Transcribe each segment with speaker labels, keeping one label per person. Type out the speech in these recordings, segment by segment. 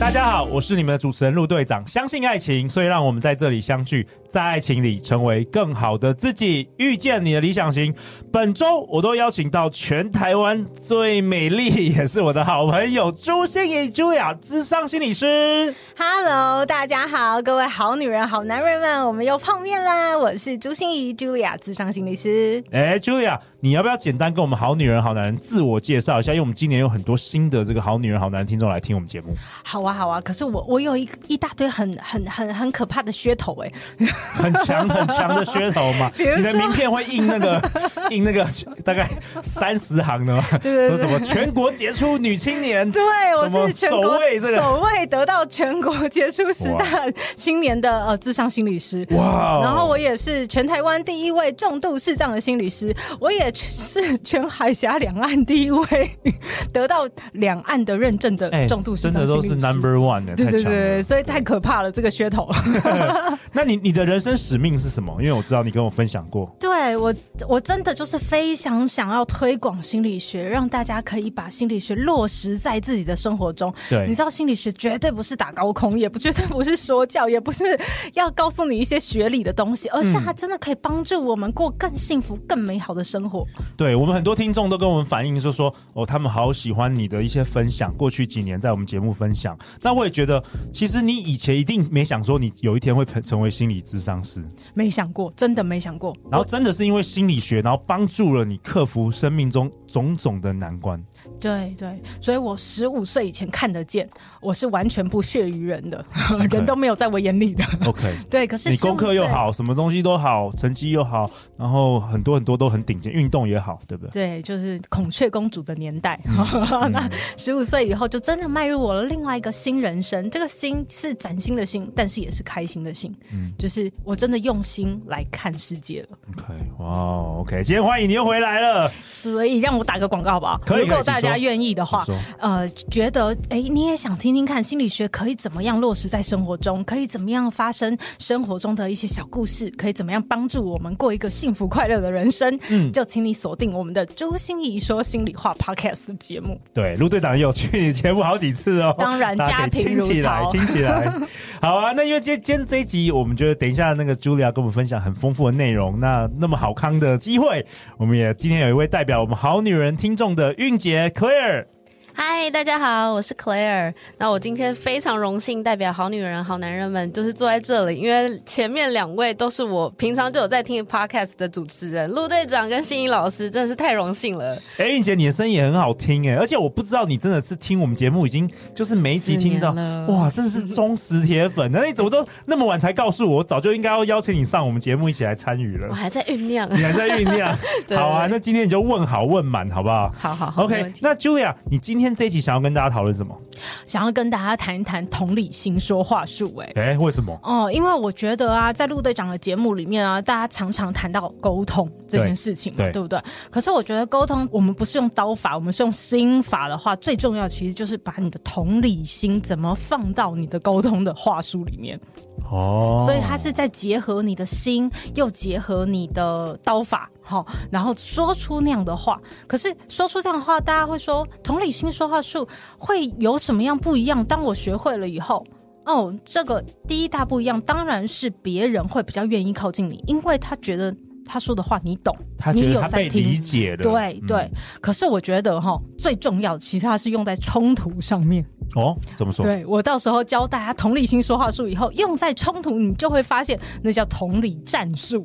Speaker 1: 大家好，我是你们的主持人陆队长。相信爱情，所以让我们在这里相聚，在爱情里成为更好的自己，遇见你的理想型。本周我都邀请到全台湾最美丽，也是我的好朋友朱心怡朱雅，智商心理师。
Speaker 2: Hello，大家好，各位好女人、好男人们，我们又碰面啦！我是朱心怡 Julia，智商心理师。
Speaker 1: 哎、j u l i a 你要不要简单跟我们好女人、好男人自我介绍一下？因为我们今年有很多新的这个好女人、好男人听众来听我们节目。
Speaker 2: 好啊，好啊，可是我我有一个一大堆很很很很可怕的噱头哎、
Speaker 1: 很强很强的噱头 嘛。
Speaker 2: 如说
Speaker 1: 你的名片会印那个 印那个大概三十行的吗？
Speaker 2: 对对对
Speaker 1: 说什么全国杰出女青年？
Speaker 2: 对，我
Speaker 1: 什么
Speaker 2: 是全国
Speaker 1: 首位这个
Speaker 2: 首位得到全国杰出十大青年的呃智商心理师。
Speaker 1: 哇哦
Speaker 2: 然后我也是全台湾第一位重度视障的心理师，我也是全海峡两岸第一位得到两岸的认证的
Speaker 1: 哎，
Speaker 2: 重度视
Speaker 1: 真
Speaker 2: 障
Speaker 1: 的
Speaker 2: 心
Speaker 1: 都
Speaker 2: 理师。
Speaker 1: 是 number one 的，
Speaker 2: 对
Speaker 1: 太
Speaker 2: 对
Speaker 1: 强了
Speaker 2: 对，。所以太可怕了，这个噱头。
Speaker 1: 那你你的人生使命是什么？因为我知道你跟我分享过，
Speaker 2: 对我，我真的就是非常想要推广心理学，让大家可以把心理学落实在自己的生活中。
Speaker 1: 对
Speaker 2: 你知道心理学绝对不是打高空，也不绝对不是 说教，也不是要告诉你一些学理的东西，而是
Speaker 1: 嗯
Speaker 2: 它真的可以帮助我们过更幸福、更美好的生活。
Speaker 1: 对我们很多听众都跟我们反映说说哦，他们好喜欢你的一些分享，过去几年在我们节目分享。那我也觉得，其实你以前一定没想说你有一天会成成为心理咨商师，
Speaker 2: 没想过，真的没想过。
Speaker 1: 然后真的是因为心理学，然后帮助了你克服生命中种种的难关。
Speaker 2: 对对，所以我十五岁以前看得见，我是完全不屑于人的， 人都没有在我眼里的。
Speaker 1: OK，
Speaker 2: 对，可 是
Speaker 1: 你
Speaker 2: 15
Speaker 1: 功课又
Speaker 2: 岁
Speaker 1: 好，什么东西都好，成绩又好，然后很多很多都很顶尖，运动也好，对不对？
Speaker 2: 对，就是孔雀公主的年代。
Speaker 1: 嗯
Speaker 2: 那十五岁以后，就真的迈入我的另外一个新人生。这个“新”是崭新的“新”，但是也是开心的“心”。
Speaker 1: 嗯
Speaker 2: 就是我真的用心来看世界了。
Speaker 1: OK，哇哦，OK，今天欢迎你又回来了，
Speaker 2: 所以让我打个广告好不好？
Speaker 1: 可以
Speaker 2: 如
Speaker 1: 可
Speaker 2: 果
Speaker 1: 以
Speaker 2: 大
Speaker 1: 请
Speaker 2: 家
Speaker 1: 说
Speaker 2: 愿意的话
Speaker 1: 请说，
Speaker 2: 呃，觉得哎，你也想听听看心理学可以怎么样落实在生活中，可以怎么样发生生活中的一些小故事，可以怎么样帮助我们过一个幸福快乐的人生？嗯，就请你锁定我们的朱心怡说心里话 Podcast 的节目。
Speaker 1: 对，陆队长也有去你节目好几次哦，
Speaker 2: 当然
Speaker 1: 大家可以听起来，
Speaker 2: 家
Speaker 1: 听
Speaker 2: 贫
Speaker 1: 起来，好啊。那因为今天今天这一集，我们觉得等一下那个 Julia 跟我们分享很丰富的内容，那那么好康的机会，我们也今天有一位代表我们好女人听众的韵姐 Claire。
Speaker 3: 嗨，大家好，我是 Claire。那我今天非常荣幸代表好女人、好男人们，就是坐在这里，因为前面两位都是我平常就有在听 podcast 的主持人，陆队长跟欣怡老师，真的是太荣幸 了。
Speaker 1: 哎、韵姐，你的声音也很好听哎、而且我不知道你真的是听我们节目已经就是每一集听到
Speaker 3: 四年了
Speaker 1: 哇，真的是忠实铁粉。那你怎么都那么晚才告诉我？我早就应该要邀请你上我们节目一起来参与
Speaker 3: 我
Speaker 1: 了。
Speaker 3: 还在酝酿。
Speaker 1: 你还在酝酿，
Speaker 3: 对
Speaker 1: 好啊，那今天你就问好问满好不好
Speaker 3: 好好好没
Speaker 1: ？OK，
Speaker 3: 问题
Speaker 1: 那 Julia，你今天这一期想要跟大家讨论什么？
Speaker 2: 想要跟大家谈一谈同理心说话术、哎。
Speaker 1: 哎、为什么？
Speaker 2: 哦，因为我觉得啊，在陆队长的节目里面啊，大家常常谈到沟通这件事情嘛，
Speaker 1: 对
Speaker 2: 对不对？可是我觉得沟通，我们不是用刀法，我们是用心法的话，最重要其实就是把你的同理心怎么放到你的沟通的话术里面。
Speaker 1: 哦
Speaker 2: 所以它是在结合你的心，又结合你的刀法，好，然后说出那样的话。可是说出这样的话，大家会说同理心说话术会有什么样不一样？当我学会了以后。哦，这个第一大不一样，当然是别人会比较愿意靠近你，因为他觉得他说的话你懂，
Speaker 1: 他觉
Speaker 2: 你
Speaker 1: 得
Speaker 2: 有
Speaker 1: 他
Speaker 2: 在
Speaker 1: 被
Speaker 2: 听。
Speaker 1: 理解的，
Speaker 2: 对
Speaker 1: 嗯
Speaker 2: 对，可是我觉得哈，最重要的其实它是用在冲突上面。
Speaker 1: 哦，怎么说？
Speaker 2: 对我到时候教大家同理心说话术以后，用在冲突，你就会发现那叫同理战术。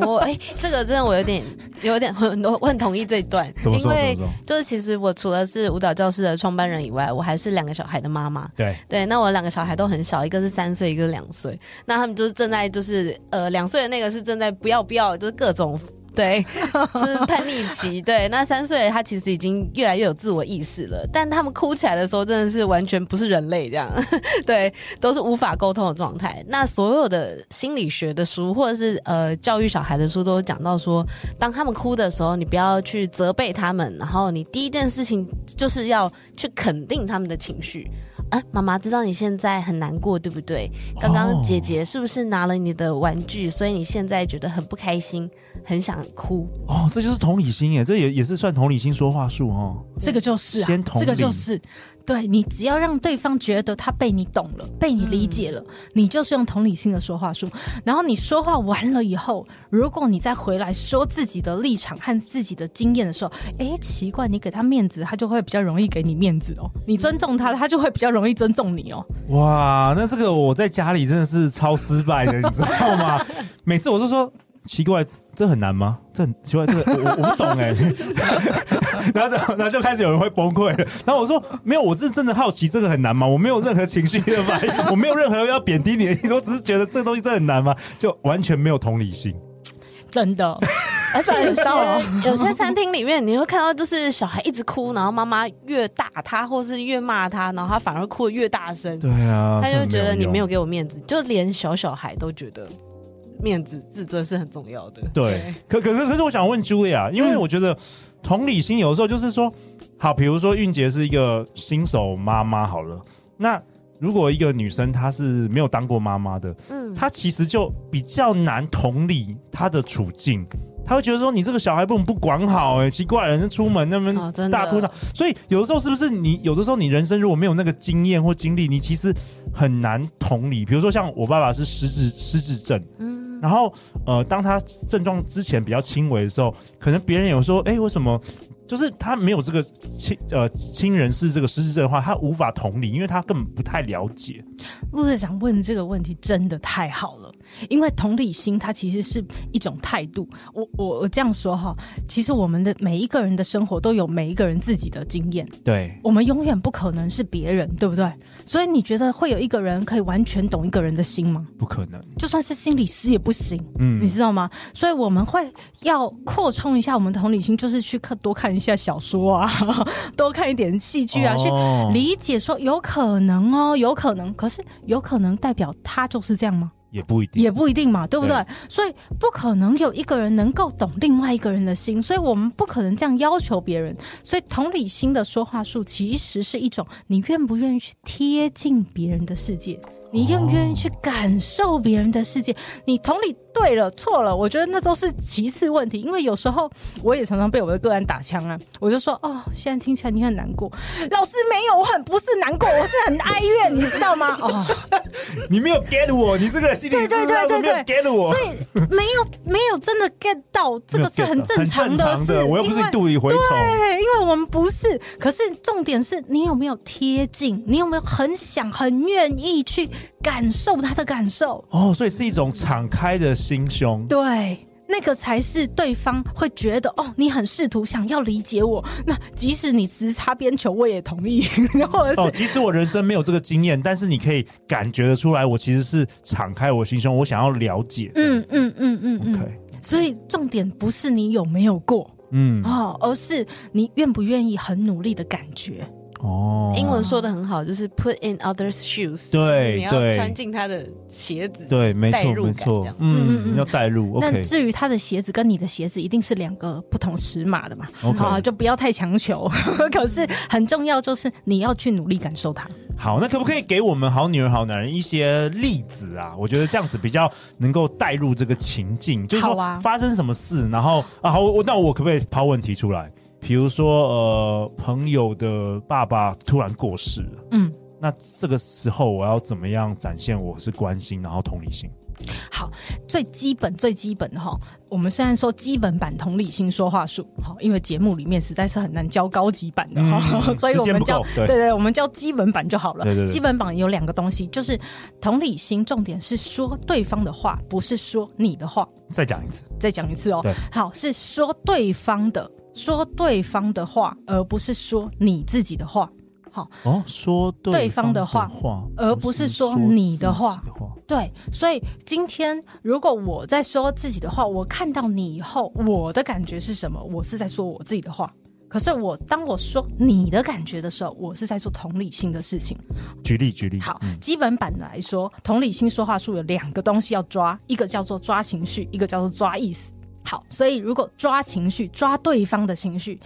Speaker 3: 我哎、这个真的我有点有点很我很同意这一段，
Speaker 1: 怎么
Speaker 3: 因
Speaker 1: 说
Speaker 3: 为
Speaker 1: 怎么说
Speaker 3: 就是其实我除了是舞蹈教室的创办人以外，我还是两个小孩的妈妈。
Speaker 1: 对
Speaker 3: 对，那我两个小孩都很小，一个是三岁，一个是两岁。那他们就是正在就是呃两岁的那个是正在不要不要，就是各种对， 就是叛逆期。对，那三岁他其实已经越来越有自我意识了，但他们哭起来的时候真的是完全不是人类这样， 对，都是无法沟通的状态。那所有的心理学的书或者是呃教育小孩的书都讲到说，当他们哭的时候，你不要去责备他们，然后你第一件事情就是要去肯定他们的情绪。啊，妈妈知道你现在很难过，对不对？刚刚姐姐是不是拿了你的玩具，所以你现在觉得很不开心，很想哭？
Speaker 1: 哦，这就是同理心耶，这也也是算同理心说话术哦。
Speaker 2: 这个就是啊
Speaker 1: 先，同
Speaker 2: 这个就
Speaker 1: 理
Speaker 2: 是，对你只要让对方觉得他被你懂了，被你理解了，
Speaker 1: 嗯
Speaker 2: 你就是用同理心的说话术。然后你说话完了以后，如果你再回来说自己的立场和自己的经验的时候，哎，奇怪，你给他面子，他就会比较容易给你面子哦。你尊重
Speaker 1: 嗯
Speaker 2: 他，他就会比较容易尊重你哦。
Speaker 1: 哇，那这个我在家里真的是超失败的，你知道吗？ 每次我就说奇怪，这很难吗？这很奇怪，这个我我我不懂哎、 然后就然后就开始有人会崩溃了。然后我说没有，我是真的好奇这个很难吗？我没有任何情绪的反 应，我没有任何要贬低你的意思，我只是觉得这个东西真的很难吗？就完全没有同理心。
Speaker 2: 真的，
Speaker 3: 而且有
Speaker 2: 到了
Speaker 1: 哦
Speaker 3: 些有些餐厅里面，你会看到就是小孩一直哭，然后妈妈越打他，或是越骂他，然后他反而哭得越大声，
Speaker 1: 对啊，
Speaker 3: 他就觉得你没有
Speaker 1: 用。
Speaker 3: 给我面子，就连小小孩都觉得面子、自尊是很重要的。
Speaker 1: 对，可可是可是我想问 Julia，因
Speaker 3: 嗯
Speaker 1: 为我觉得同理心有的时候就是说，好，比如说韵杰是一个新手妈妈好了，那如果一个女生她是没有当过妈妈的，
Speaker 3: 嗯，
Speaker 1: 她其实就比较难同理她的处境。她会觉得说你这个小孩不能不管好哎、欸奇怪，人家出门那
Speaker 3: 哦
Speaker 1: 边
Speaker 3: 真的
Speaker 1: 大哭闹，所以有的时候是不是你有的时候你人生如果没有那个经验或经历，你其实很难同理。比如说像我爸爸是失智失智症，
Speaker 3: 嗯，
Speaker 1: 然后呃，当他症状之前比较轻微的时候，可能别人有说，哎，为什么？就是他没有这个亲呃亲人是这个失智症的话，他无法同理，因为他根本不太了解。
Speaker 2: 陆队长问这个问题真的太好了，因为同理心它其实是一种态度。我我我这样说哈，其实我们的每一个人的生活都有每一个人自己的经验，
Speaker 1: 对，
Speaker 2: 我们永远不可能是别人，对不对？所以你觉得会有一个人可以完全懂一个人的心吗？
Speaker 1: 不可能。
Speaker 2: 就算是心理师也不行，你
Speaker 1: 嗯，
Speaker 2: 知道吗？所以我们会要扩充一下我们的同理心，就是去看多看一下小说啊， 多看一点戏剧啊，去
Speaker 1: 哦
Speaker 2: 理解说有可能哦，有可能，可是有可能代表他就是这样吗？
Speaker 1: 也不一定，
Speaker 2: 也不一定嘛，对不对？
Speaker 1: 对
Speaker 2: 所以不可能有一个人能够懂另外一个人的心，所以我们不可能这样要求别人。所以同理心的说话术其实是一种你愿不愿意去贴近别人的世界。你愿不愿意去感受别人的世界？你同理对了错了，我觉得那都是其次问题。因为有时候我也常常被我的个案打枪啊，我就说哦，现在听起来你很难过，老师没有，我很不是难过，我是很哀怨，你知道吗？哦，
Speaker 1: 你没有 get 我，你这个心理
Speaker 2: 对对对对
Speaker 1: 没有 get 我，
Speaker 2: 所以没有没有真的 get 到，这个是
Speaker 1: 没有 get
Speaker 2: 很
Speaker 1: 到
Speaker 2: 正常
Speaker 1: 很
Speaker 2: 的
Speaker 1: 正
Speaker 2: 事，
Speaker 1: 我又不是
Speaker 2: 因
Speaker 1: 你
Speaker 2: 为
Speaker 1: 肚里蛔虫。
Speaker 2: 对，因为我们不是。可是重点是你有没有贴近，你有没有很想、很愿意去感受他的感受？
Speaker 1: 哦，所以是一种敞开的心胸。
Speaker 2: 对。那个才是对方会觉得哦，你很试图想要理解我。那即使你直擦边球，我也同意， 或者
Speaker 1: 哦，
Speaker 2: 是
Speaker 1: 即使我人生没有这个经验，但是你可以感觉得出来，我其实是敞开我心胸，我想要了解。
Speaker 2: 嗯嗯嗯嗯嗯。
Speaker 1: ，OK，
Speaker 2: 所以重点不是你有没有过
Speaker 1: 嗯，
Speaker 2: 哦，而是你愿不愿意很努力的感觉。
Speaker 1: 哦，
Speaker 3: 英文说的很好，就是 put in others'
Speaker 1: 对
Speaker 3: shoes，就是你要
Speaker 1: 对
Speaker 3: 穿进他的鞋子，
Speaker 1: 对，没
Speaker 3: 代
Speaker 1: 错
Speaker 3: 入
Speaker 1: 没
Speaker 3: 感
Speaker 1: 错
Speaker 3: 这样，
Speaker 2: 嗯嗯
Speaker 1: 嗯，
Speaker 2: 嗯
Speaker 1: 要带入，OK，
Speaker 2: 但至于他的鞋子跟你的鞋子一定是两个不同尺码的嘛
Speaker 1: OK
Speaker 2: 啊，就不要太强求。 可是很重要就是你要去努力感受它。
Speaker 1: 好，那可不可以给我们好女人好男人一些例子啊？我觉得这样子比较能够带入这个情境，就是
Speaker 2: 好啊
Speaker 1: 说发生什么事，然后啊，好，我我那我可不可以抛问题出来？比如说呃，朋友的爸爸突然过世了，
Speaker 2: 嗯，
Speaker 1: 那这个时候我要怎么样展现我是关心，然后同理心？
Speaker 2: 好，最基本最基本的哈，我们虽然说基本版同理心说话术，好，因为节目里面实在是很难教高级版的哈，
Speaker 1: 嗯
Speaker 2: 所以我
Speaker 1: 时间
Speaker 2: 们
Speaker 1: 不
Speaker 2: 教
Speaker 1: 够对
Speaker 2: 对对，我们教基本版就好了。
Speaker 1: 对对对
Speaker 2: 基本版有两个东西，就是同理心，重点是说对方的话，不是说你的话。
Speaker 1: 再讲一次，
Speaker 2: 再讲一次哦
Speaker 1: 对。
Speaker 2: 好，是说对方的，说对方的话，而不是说你自己的话。好，
Speaker 1: 哦，说
Speaker 2: 对
Speaker 1: 方
Speaker 2: 方
Speaker 1: 的哦
Speaker 2: 的话而不是说
Speaker 1: 说
Speaker 2: 你的
Speaker 1: 自己
Speaker 2: 话对，所以今天如果我在说自己的话，我看到你以后，我的感觉是什么？我是在说我自己的话。可是我当我说你的感觉的时候，我是在做同理心的事情。
Speaker 1: 举例举例，
Speaker 2: 好
Speaker 1: 嗯，
Speaker 2: 基本版来说，同理心说话术有两个东西要抓，一个叫做抓情绪，一个叫做抓意思。好，所以如果抓情绪，抓对方的情绪，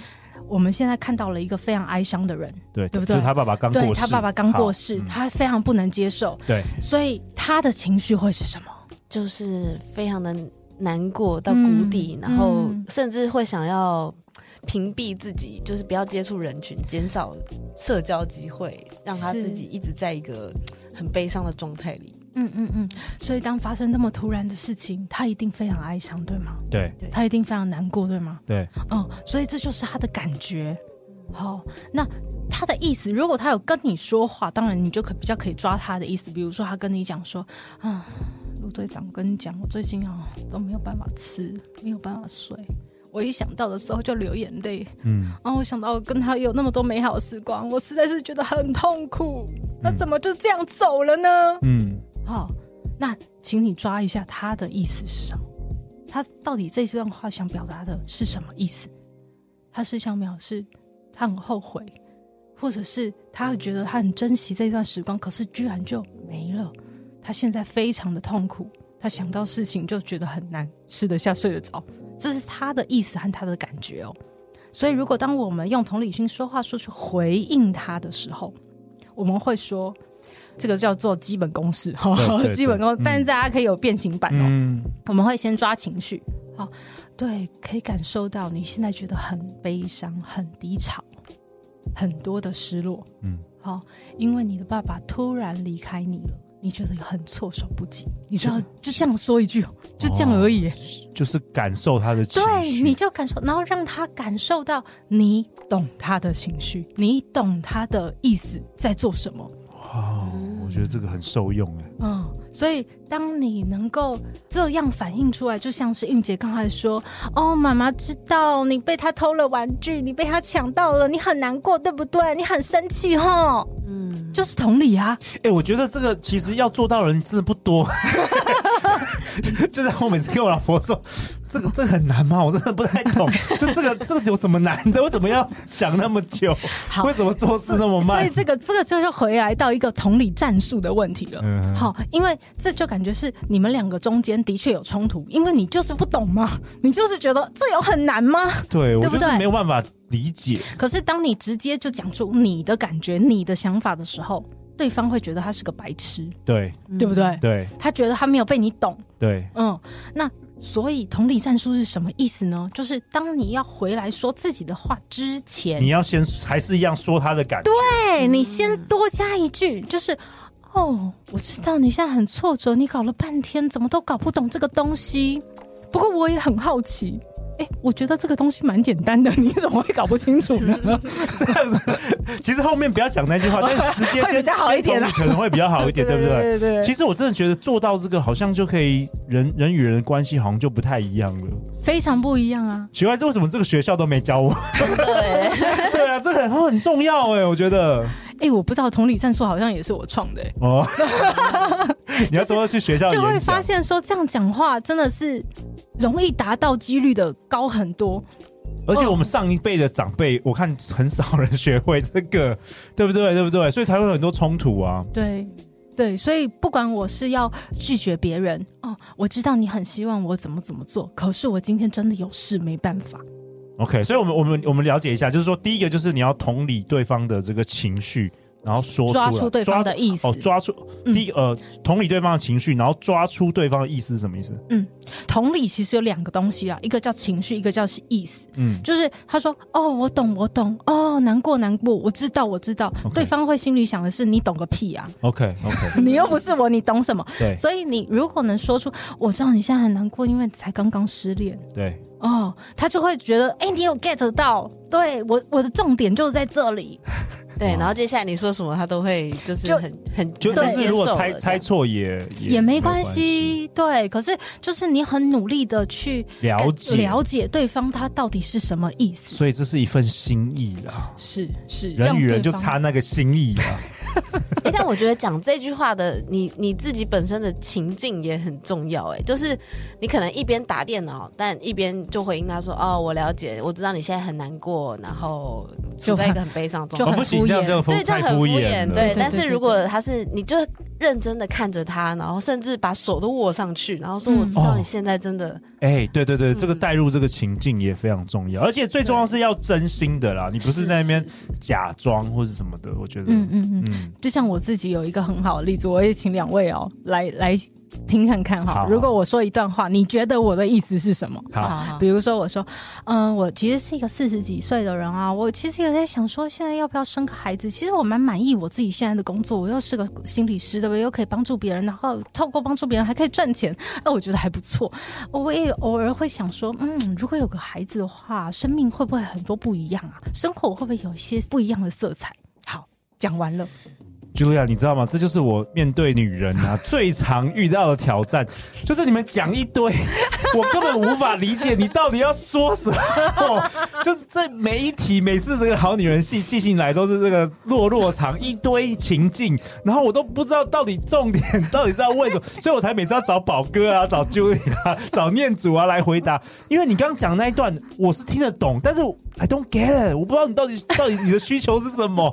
Speaker 2: 我们现在看到了一个非常哀伤的人，
Speaker 1: 对
Speaker 2: 对不
Speaker 1: 就
Speaker 2: 对
Speaker 1: 是他爸爸刚过
Speaker 2: 对
Speaker 1: 世，
Speaker 2: 他爸爸刚
Speaker 1: 好
Speaker 2: 过世，
Speaker 1: 嗯
Speaker 2: 他非常不能接受，
Speaker 1: 对，
Speaker 2: 所以他的情绪会是什么？
Speaker 3: 就是非常的难过到谷底，
Speaker 2: 嗯
Speaker 3: 然后
Speaker 2: 嗯
Speaker 3: 甚至会想要屏蔽自己，就是不要接触人群，减少社交机会，让他
Speaker 2: 是
Speaker 3: 自己一直在一个很悲伤的状态里。
Speaker 2: 嗯嗯嗯，所以当发生那么突然的事情，他一定非常哀伤，对吗？
Speaker 1: 对
Speaker 3: 对
Speaker 2: 他一定非常难过，对吗？
Speaker 1: 对，
Speaker 2: 嗯，所以这就是他的感觉。好、那他的意思，如果他有跟你说话，当然你就可比较可以抓他的意思。比如说，他跟你讲说，啊，陆队长，我跟你讲，我最近啊都没有办法吃，没有办法睡。我一想到的时候就流眼泪，
Speaker 1: 嗯，
Speaker 2: 然后我想到我跟他有那么多美好的时光，我实在是觉得很痛苦。他怎么就这样走了呢？
Speaker 1: 嗯，
Speaker 2: 好，那请你抓一下他的意思是什么？他到底这段话想表达的是什么意思？他是想表示他很后悔，或者是他觉得他很珍惜这段时光，可是居然就没了。他现在非常的痛苦，他想到事情就觉得很难吃得下、睡得着，这是他的意思和他的感觉哦。所以，如果当我们用同理心说话说去回应他的时候，我们会说这个叫做基本公式哈
Speaker 1: 对对，对
Speaker 2: 基本公式
Speaker 1: 嗯，
Speaker 2: 但是大家可以有变形版哦。
Speaker 1: 嗯，
Speaker 2: 我们会先抓情绪，好，对，可以感受到你现在觉得很悲伤、很低潮、很多的失落，
Speaker 1: 嗯，
Speaker 2: 好，因为你的爸爸突然离开你了，你觉得很措手不及，你知道，就这样说一句，哦就这样而已，
Speaker 1: 哦就是感受他的情
Speaker 2: 对，
Speaker 1: 绪，
Speaker 2: 你就感受，然后让他感受到你懂他的情绪，你懂他的意思在做什么，
Speaker 1: 哦，我觉得这个很受用哎，
Speaker 2: 嗯，所以当你能够这样反映出来，就像是韵姐刚才说：“哦，妈妈知道你被他偷了玩具，你被他抢到了，你很难过，对不对？你很生气吼，
Speaker 3: 嗯，
Speaker 2: 就是同理啊，
Speaker 1: 哎，我觉得这个其实要做到的人真的不 多。就是我每次跟我老婆说，这个这个很难吗？我真的不太 懂。就这个这个有什么难的？为什么要想那么久？
Speaker 2: 好
Speaker 1: 为什么做事那么慢？
Speaker 2: 所以这个这个就是回来到一个同理战术的问题了。
Speaker 1: 嗯
Speaker 2: 好，因为这就感觉是你们两个中间的确有冲突，因为你就是不懂嘛， 你就是觉得这有很难吗？
Speaker 1: 对我
Speaker 2: 对不
Speaker 1: 就是
Speaker 2: 对
Speaker 1: 没有办法理解。
Speaker 2: 可是当你直接就讲出你的感觉、你的想法的时候，对方会觉得他是个白痴，
Speaker 1: 对
Speaker 2: 对不对？
Speaker 1: 嗯对
Speaker 2: 他觉得他没有被你懂，
Speaker 1: 对，
Speaker 2: 嗯，那所以同理战术是什么意思呢？就是当你要回来说自己的话之前
Speaker 1: 你，要先还是一样说他的感觉。
Speaker 2: 对你先多加一句，就是哦，我知道你现在很挫折，你搞了半天怎么都搞不懂这个东西，不过我也很好奇。哎，我觉得这个东西蛮简单的， 你怎么会搞不清楚 呢？
Speaker 1: 其实后面不要讲那句话，但是直接
Speaker 2: 会
Speaker 1: 先
Speaker 2: 比较好一点啊
Speaker 1: 先同理可能会比较好一点，对不 对？
Speaker 2: 对对
Speaker 1: 其实我真的觉得做到这个，好像就可以人人与人的关系好像就不太一样了。
Speaker 2: 非常不一样啊！
Speaker 1: 奇怪，这为什么这个学校都没教我？
Speaker 3: 对，
Speaker 1: 对啊，这很很重要哎，我觉得
Speaker 2: 哎，我不知道同理战术好像也是我创的、诶哎
Speaker 1: 哦。 你要多去学校
Speaker 2: 就会
Speaker 1: 演
Speaker 2: 发
Speaker 1: 讲，
Speaker 2: 现说这样讲话真的是容易达到几率的高很多。哦
Speaker 1: 而且我们上一辈的长辈，我看很少人学会这个，对不对？对不对？所以才会有很多冲突啊。
Speaker 2: 对。对，所以不管我是要拒绝别人哦，我知道你很希望我怎么怎么做，可是我今天真的有事没办法。
Speaker 1: OK，所以我们我们我们了解一下，就是说，第一个就是你要同理对方的这个情绪，然后说出来
Speaker 2: 抓出对方的意思
Speaker 1: 抓哦，抓出
Speaker 2: 嗯
Speaker 1: 第一个呃，同理对方的情绪，然后抓出对方的意思是什么意思？嗯
Speaker 2: 同理，其实有两个东西啊，一个叫情绪，一个叫是意思。
Speaker 1: 嗯，
Speaker 2: 就是他说哦，我懂，我懂，哦，难过，难过，我知道，我知道。
Speaker 1: OK
Speaker 2: 对方会心里想的是你懂个屁啊，
Speaker 1: OK OK，
Speaker 2: 你又不是我，你懂什么？
Speaker 1: 对
Speaker 2: 所以你如果能说出我知道你现在很难过，因为才刚刚失恋。
Speaker 1: 对，
Speaker 2: 哦，他就会觉得，哎、你有 get 到，对我我的重点就是在这里，
Speaker 3: 对，然后接下来你说什么，他都会就是
Speaker 2: 就
Speaker 3: 很很
Speaker 1: 就
Speaker 3: 很
Speaker 1: 但
Speaker 2: 对
Speaker 1: 是
Speaker 3: 接
Speaker 1: 如果
Speaker 3: 受
Speaker 1: 猜
Speaker 3: 了
Speaker 1: 猜
Speaker 3: 这样
Speaker 1: 错也
Speaker 2: 也没
Speaker 1: 关
Speaker 2: 关，系，对。可是就是你很努力的去
Speaker 1: 了解
Speaker 2: 了解对方他到底是什么意思，
Speaker 1: 所以这是一份心意啦，
Speaker 2: 是是，
Speaker 1: 人与人就
Speaker 2: 让对方
Speaker 1: 差那个心意啦。
Speaker 3: 诶欸但我觉得讲这句话的你你自己本身的情境也很重要、哎，就是你可能一边打电脑，但一边就回应他说：“哦，我了解，我知道你现在很难过，然后处
Speaker 2: 就
Speaker 3: 在一
Speaker 2: 很
Speaker 3: 个很悲伤的
Speaker 2: 就
Speaker 1: 哦
Speaker 3: 状态。
Speaker 2: 很
Speaker 1: 不行，
Speaker 2: 敷
Speaker 1: 这样
Speaker 2: 衍
Speaker 1: 这样”
Speaker 3: 对，这样
Speaker 1: 太
Speaker 3: 很敷
Speaker 1: 衍
Speaker 3: 衍。
Speaker 1: 了。
Speaker 2: 对，
Speaker 3: 对但
Speaker 2: 对
Speaker 3: 是
Speaker 2: 对对
Speaker 3: 如果
Speaker 2: 对
Speaker 3: 他是你就认真的看着他，然后甚至把手都握上去，然后说：“
Speaker 2: 嗯
Speaker 3: 我知道
Speaker 1: 哦
Speaker 3: 你现在真的
Speaker 1: 哎，对对对，
Speaker 3: 嗯
Speaker 1: 这个带入这个情境也非常重要，而且最重要是要真心的啦，你不是在那边
Speaker 3: 是
Speaker 1: 假装或者什么的，我觉得，
Speaker 2: 嗯嗯嗯，
Speaker 1: 嗯，
Speaker 2: 就像我自己有一个很好的例子，我也请两位哦来来听看看
Speaker 1: 好
Speaker 2: 哈。
Speaker 1: 好
Speaker 2: 如果我说一段话，你觉得我的意思是什么？
Speaker 1: 好，
Speaker 3: 好
Speaker 2: 比如说我说，嗯，我其实是一个四十几岁的人啊，我其实有在想说，现在要不要生个孩子？其实我蛮满意我自己现在的工作，我又是个心理师，对不对？又可以帮助别人，然后透过帮助别人还可以赚钱，哎，我觉得还不错。我也偶尔会想说，嗯，如果有个孩子的话，生命会不会很多不一样啊？生活会不会有一些不一样的色彩？好，讲完了。
Speaker 1: Julia，你知道吗？这就是我面对女人啊最常遇到的挑战，就是你们讲一堆，我根本无法理解你到底要说什么。 就是这每一题，每次这个好女人细细信来都是这个落落长一堆情境，然后我都不知道到底重点 到底是要问什么，所以我才每次要找宝哥啊、 找 Julia、找念祖啊来回答。因为你刚刚讲那一段，我是听得懂，但是 I don't get it，我不知道你到底到底你的需求是什么。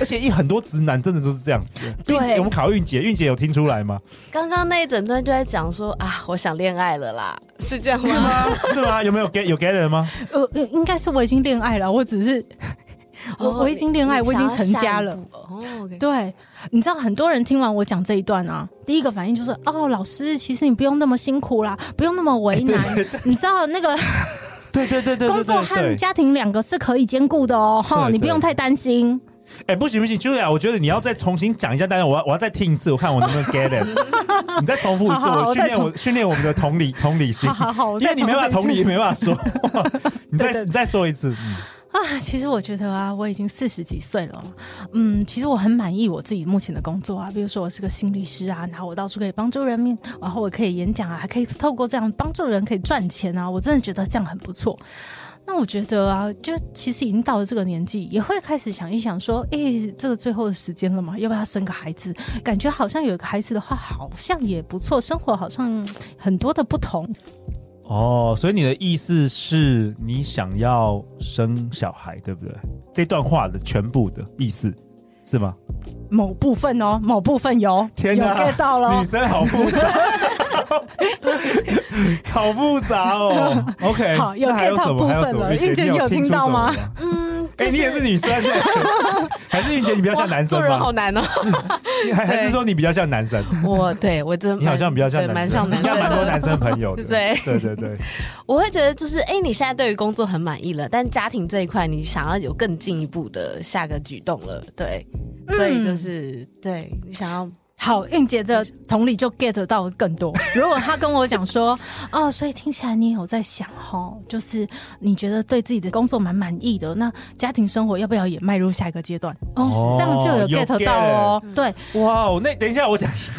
Speaker 1: 而且一很多直男真的就是这样子。
Speaker 2: 对
Speaker 1: 运我们考运姐，运姐有听出来吗？
Speaker 3: 刚刚那一整段就在讲说啊，我想恋爱了啦，是这样
Speaker 1: 是
Speaker 3: 吗？
Speaker 1: 吗？是吗？啊有没有 get 有 get 了吗？
Speaker 2: 呃，呃应该是我已经恋爱了，我只是 我、我已经恋爱，
Speaker 3: 哦你
Speaker 2: 我已经
Speaker 3: 想要
Speaker 2: 成
Speaker 3: 下
Speaker 2: 家
Speaker 3: 一
Speaker 2: 了。
Speaker 3: 步哦，OK，
Speaker 2: 对，你知道很多人听完我讲这一段啊，第一个反应就是哦，老师，其实你不用那么辛苦啦，不用那么为难。
Speaker 1: 哎
Speaker 2: 你知道那个
Speaker 1: 对对 对对对
Speaker 2: 工作
Speaker 1: 对
Speaker 2: 和家庭两个是可以兼顾的哦，哈，
Speaker 1: 对
Speaker 2: 你不用
Speaker 1: 对
Speaker 2: 太担心。
Speaker 1: 哎、不行不行，Julia，我觉得你要再重新讲一下，但是我要我要再听一次，我看我能 不能 get it。你再重复一次，
Speaker 2: 好好
Speaker 1: 我
Speaker 2: 我
Speaker 1: 训
Speaker 2: 再
Speaker 1: 练我训练我们的同理同理心
Speaker 2: 好，好好，我
Speaker 1: 因为
Speaker 2: 再
Speaker 1: 你没办法
Speaker 2: 重
Speaker 1: 同
Speaker 2: 复一
Speaker 1: 理，
Speaker 2: 次
Speaker 1: 没办法说。你再
Speaker 2: 对对对
Speaker 1: 你再说一次，嗯
Speaker 2: 啊。其实我觉得啊，我已经四十几岁了，嗯，其实我很满意我自己目前的工作啊，比如说我是个心理师啊，然后我到处可以帮助人民，然后我可以演讲啊，还可以透过这样帮助人可以赚钱啊，我真的觉得这样很不错。那我觉得啊，就其实已经到了这个年纪，也会开始想一想说，诶、这个最后的时间了嘛，要不要生个孩子？感觉好像有一个孩子的话，好像也不错，生活好像嗯很多的不同。
Speaker 1: 哦，所以你的意思是你想要生小孩，对不对？这段话的全部的意思是吗？
Speaker 2: 某部分哦，某部分有，
Speaker 1: 天
Speaker 2: 有
Speaker 1: 哪
Speaker 2: get 到了
Speaker 1: 女
Speaker 2: 哦。
Speaker 1: 生好复杂， 好复杂哦。OK，
Speaker 2: 好有
Speaker 1: 那还
Speaker 2: get 到
Speaker 1: 什么？
Speaker 2: 部
Speaker 1: 还有
Speaker 2: 分
Speaker 1: 什么？
Speaker 2: 了
Speaker 1: 运
Speaker 2: 运姐
Speaker 1: 你
Speaker 2: 你有
Speaker 1: 听出
Speaker 2: 听到
Speaker 1: 什么
Speaker 2: 吗
Speaker 3: 嗯，
Speaker 1: 哎，
Speaker 3: 就是
Speaker 1: 你也是女 生哎，还是运姐你比较像男生
Speaker 3: 做人
Speaker 1: 吧
Speaker 3: 好？难哦。
Speaker 1: 还还是说你比较像男生？
Speaker 3: 我对我真
Speaker 1: 你好像比较像
Speaker 3: 对
Speaker 1: 男生，你
Speaker 3: 蛮像男生
Speaker 1: 应该蛮多
Speaker 3: 的。
Speaker 1: 男生朋友的。
Speaker 3: 对
Speaker 1: 对对对，
Speaker 3: 我会觉得就是，哎，你现在对于工作很满意了，但家庭这一块你想要有更进一步的下个举动了，对，所以就是对你想要
Speaker 2: 好，韵姐的同理就 get 到更多。如果她跟我讲说， 哦，所以听起来你有在想哦，就是你觉得对自己的工作蛮满意的，那家庭生活要不要也迈入下一个阶段？
Speaker 1: 哦
Speaker 2: 哦，这样就
Speaker 1: 有
Speaker 2: 有 get 到哦。对，
Speaker 1: 哇哦，那等一下我讲一下，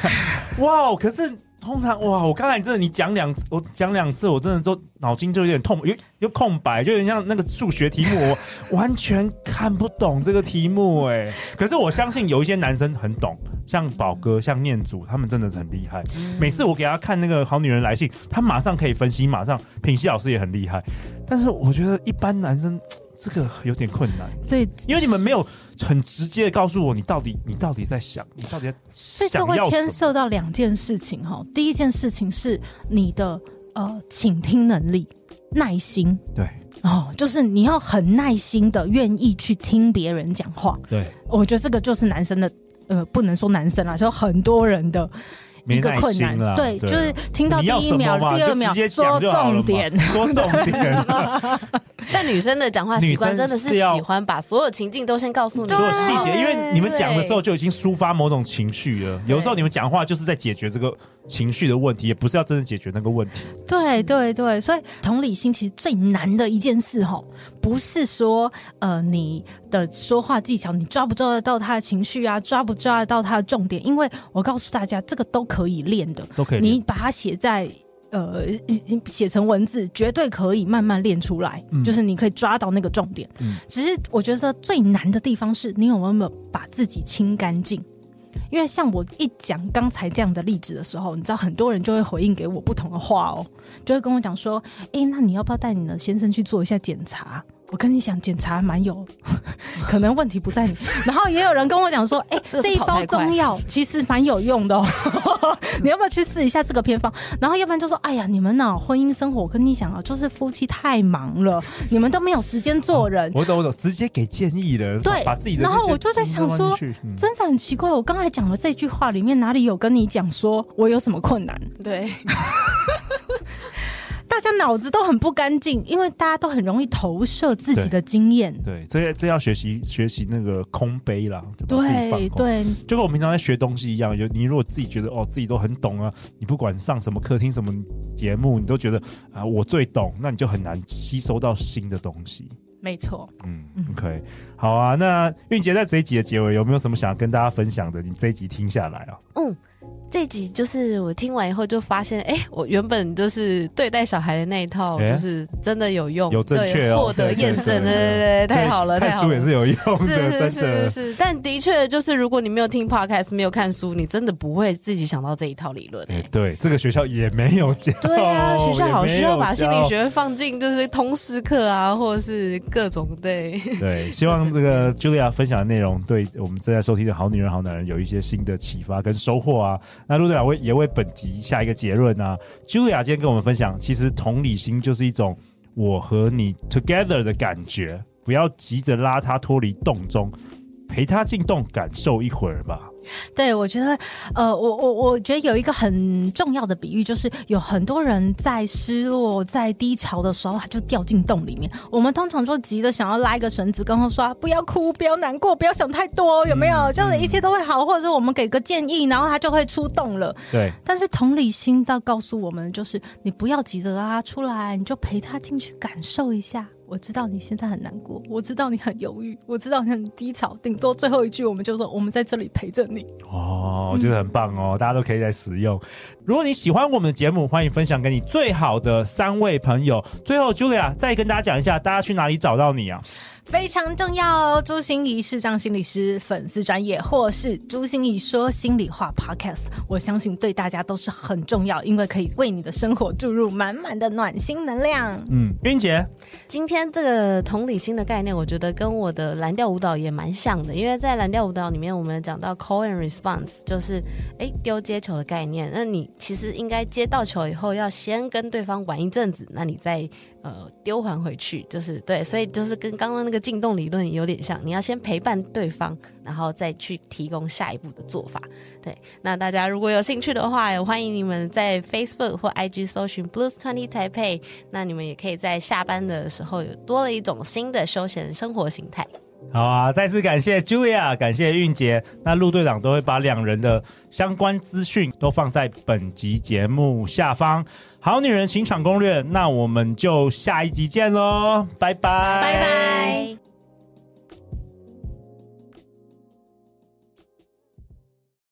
Speaker 1: 哇哦，可是。通常哇，我刚才真的你讲两次，我讲两次，我真的都脑筋就有点痛，有有空白，就有点像那个数学题目，我完全看不懂这个题目哎。可是我相信有一些男生很懂，像宝哥、像念祖，他们真的是很厉害。每次我给他看那个《好女人来信》，他马上可以分析，马上品析老师也很厉害。但是我觉得一般男生这个有点困难。
Speaker 2: 所以
Speaker 1: 因为你们没有很直接的告诉我你到底你到底在想，你到底在
Speaker 2: 所以这会
Speaker 1: 想要什么
Speaker 2: 牵涉到两件事情哈。第一件事情是你的呃倾听能力、耐心
Speaker 1: 对
Speaker 2: 哦，就是你要很耐心的愿意去听别人讲话。
Speaker 1: 对
Speaker 2: 我觉得这个就是男生的，呃，不能说男生啦，就很多人的一
Speaker 1: 没
Speaker 2: 个
Speaker 1: 耐
Speaker 2: 困
Speaker 1: 心
Speaker 2: 难
Speaker 1: 啦，，啊
Speaker 2: 对，就是听到
Speaker 1: 你
Speaker 2: 第
Speaker 1: 要
Speaker 2: 一
Speaker 1: 什么
Speaker 2: 秒
Speaker 1: 嘛、
Speaker 2: 第二秒
Speaker 1: 就直接
Speaker 2: 说
Speaker 1: 讲就好了嘛
Speaker 2: 重点，
Speaker 1: 说重点，
Speaker 3: 但女生的讲话习惯
Speaker 1: 女生
Speaker 3: 真的是
Speaker 1: 是要
Speaker 3: 喜欢把所有情境都先告诉你，
Speaker 1: 所有细节，因为你们讲的时候
Speaker 3: 对，
Speaker 1: 就已经抒发某种情绪了。有时候你们讲话就是在解决这个情绪的问题，也不是要真的解决那个问 题。
Speaker 2: 对对对，所以同理心其实最难的一件事吼，不是说呃你的说话技巧，你抓不抓得到他的情绪啊，抓不抓得到他的重点？因为我告诉大家，这个都可以练的，
Speaker 1: 都可以练
Speaker 2: 你把它写在。呃，写成文字绝对可以慢慢练出来，
Speaker 1: 嗯
Speaker 2: 就是你可以抓到那个重点。
Speaker 1: 嗯
Speaker 2: 只是我觉得最难的地方是你有没有把自己清干净。因为像我一讲刚才这样的例子的时候，你知道很多人就会回应给我不同的话哦，就会跟我讲说：“诶，那你要不要带你的先生去做一下检查？”我跟你讲，检查蛮有，可能问题不 在你。然后也有人跟我讲说：“诶，
Speaker 3: 这个
Speaker 2: 这
Speaker 3: 是
Speaker 2: 一
Speaker 3: 跑
Speaker 2: 包
Speaker 3: 太快
Speaker 2: 中药其实蛮有用 的哦，你要不要去试一下这个偏方？”然后要不然就说：“哎呀，你们呢、婚姻生活，我跟你讲啊，就是夫妻太忙了，你们都没有时间做人。
Speaker 3: 啊
Speaker 1: 我懂，我懂，直接给建议了，
Speaker 2: 对
Speaker 1: 把自己的
Speaker 2: 然
Speaker 1: 那些
Speaker 2: 后我就在想
Speaker 1: 情绪都
Speaker 2: 说
Speaker 1: 放进去，嗯
Speaker 2: 真的很奇怪，我刚才讲的这句话里面哪里有跟你讲说我有什么困难？
Speaker 3: 对，
Speaker 2: 大家脑子都很不干净，因为大家都很容易投射自己的经验。
Speaker 1: 对，这这要学习学习那个空杯啦，对吧？自己放
Speaker 2: 对
Speaker 1: 空
Speaker 2: 对
Speaker 1: 就跟我们平常在学东西一样，有你如果自己觉得哦自己都很懂啊，你不管上什么课听什么节目，你都觉得啊我最懂，那你就很难吸收到新的东西。
Speaker 2: 没错。
Speaker 1: 嗯
Speaker 2: 嗯
Speaker 1: ，OK，好啊。那韵杰在这一集的结尾有没有什么想跟大家分享的？你这一集听下来啊，
Speaker 3: 嗯。这集就是我听完以后就发现，哎、我原本就是对待小孩的那一套，
Speaker 1: 诶
Speaker 3: 就是真的有用，
Speaker 1: 有正确
Speaker 3: 对
Speaker 1: 哦，
Speaker 3: 获得
Speaker 1: 对对
Speaker 3: 验证，对
Speaker 1: 对
Speaker 3: 对
Speaker 1: 对
Speaker 3: 对，太好了，太
Speaker 1: 看
Speaker 3: 好
Speaker 1: 书也
Speaker 3: 了。
Speaker 1: 是有用的，
Speaker 3: 是是 是
Speaker 1: 真的
Speaker 3: 是是，但的确就是，如果你没有听 podcast，没有看书，你真的不会自己想到这一套理论、
Speaker 1: 哎
Speaker 3: 欸。
Speaker 1: 对，这个学校也没有教，
Speaker 3: 对啊，学校好
Speaker 1: 也没
Speaker 3: 需要
Speaker 1: 有
Speaker 3: 把心理
Speaker 1: 教
Speaker 3: 学放进就是通识课啊，或者是各种对。
Speaker 1: 对，希望这个 Julia 分享的内容对我们正在收听的好女人、好男人有一些新的启发跟收获啊。那陆队长为也为本集下一个结论啊。Julia 今天跟我们分享，其实同理心就是一种我和你 together 的感觉，不要急着拉他脱离洞中，陪他进洞感受一会儿吧。
Speaker 2: 对，我觉得，呃，我我我觉得有一个很重要的比喻，就是有很多人在失落、在低潮的时候，他就掉进洞里面。我们通常就急着想要拉一个绳子，跟他说、啊不要哭，不要难过，不要想太多，有没有？这样的一切都会好，或者是我们给个建议，然后他就会出洞了。
Speaker 1: 对，
Speaker 2: 但是同理心到告诉我们，就是你不要急着拉他出来，你就陪他进去感受一下。我知道你现在很难过，我知道你很犹豫，我知道你很低潮。顶多最后一句，我们就说我们在这里陪着你。
Speaker 1: 哦，我觉得很棒哦，大家都可以来使用。如果你喜欢我们的节目，欢迎分享给你最好的三位朋友。最后，Julia 再跟大家讲一下，大家去哪里找到你啊？
Speaker 2: 非常重要哦！朱心怡视障心理师粉丝专业，或是朱心怡说心里话 Podcast，我相信对大家都是很重要，因为可以为你的生活注入满满的暖心能量。
Speaker 1: 嗯，云姐，
Speaker 3: 今天这个同理心的概念，我觉得跟我的蓝调舞蹈也蛮像的，因为在蓝调舞蹈里面，我们讲到 call and response，就是诶丢接球的概念。那你其实应该接到球以后，要先跟对方玩一阵子，那你再呃丢还回去，就是对，所以就是跟刚刚那个进洞理论有点像，你要先陪伴对方，然后再去提供下一步的做法。对，那大家如果有兴趣的话，也欢迎你们在 Facebook 或 IG 搜寻 Blues Twenty Taipei，那你们也可以在下班的时候有多了一种新的休闲生活形态。
Speaker 1: 好啊！再次感谢 Julia，感谢韵杰。那陆队长都会把两人的相关资讯都放在本集节目下方。好女人情场攻略，那我们就下一集见喽，拜拜，
Speaker 3: 拜拜。